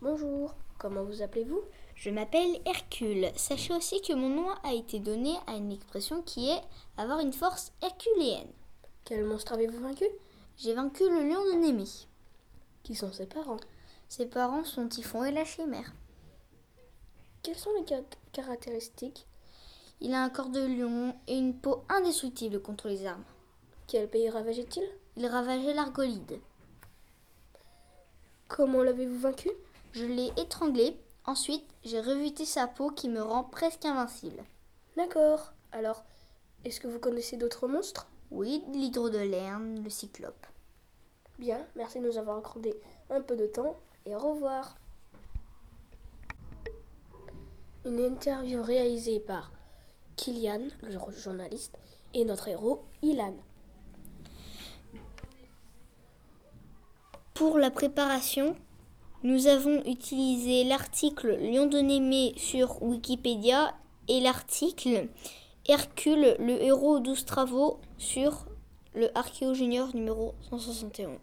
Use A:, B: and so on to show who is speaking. A: Bonjour, comment vous appelez-vous
B: Je m'appelle Hercule. Sachez aussi que mon nom a été donné à une expression qui est avoir une force herculéenne.
A: Quel monstre avez-vous vaincu
B: J'ai vaincu le lion de Némée.
A: Qui sont ses parents
B: Ses parents sont Typhon et la chimère.
A: Quelles sont les car- caractéristiques
B: Il a un corps de lion et une peau indestructible contre les armes.
A: Quel pays ravageait-il
B: Il ravageait l'argolide.
A: Comment l'avez-vous vaincu
B: Je l'ai étranglé, ensuite j'ai revuté sa peau qui me rend presque invincible.
A: D'accord. Alors, est-ce que vous connaissez d'autres monstres
B: Oui, l'hydro de lerne, le cyclope.
A: Bien, merci de nous avoir accordé un peu de temps et au revoir. Une interview réalisée par Kylian, le jour- journaliste, et notre héros, Ilan.
B: Pour la préparation, nous avons utilisé l'article Lion de Némée sur Wikipédia et l'article Hercule, le héros aux 12 travaux sur le Archéo Junior numéro 171.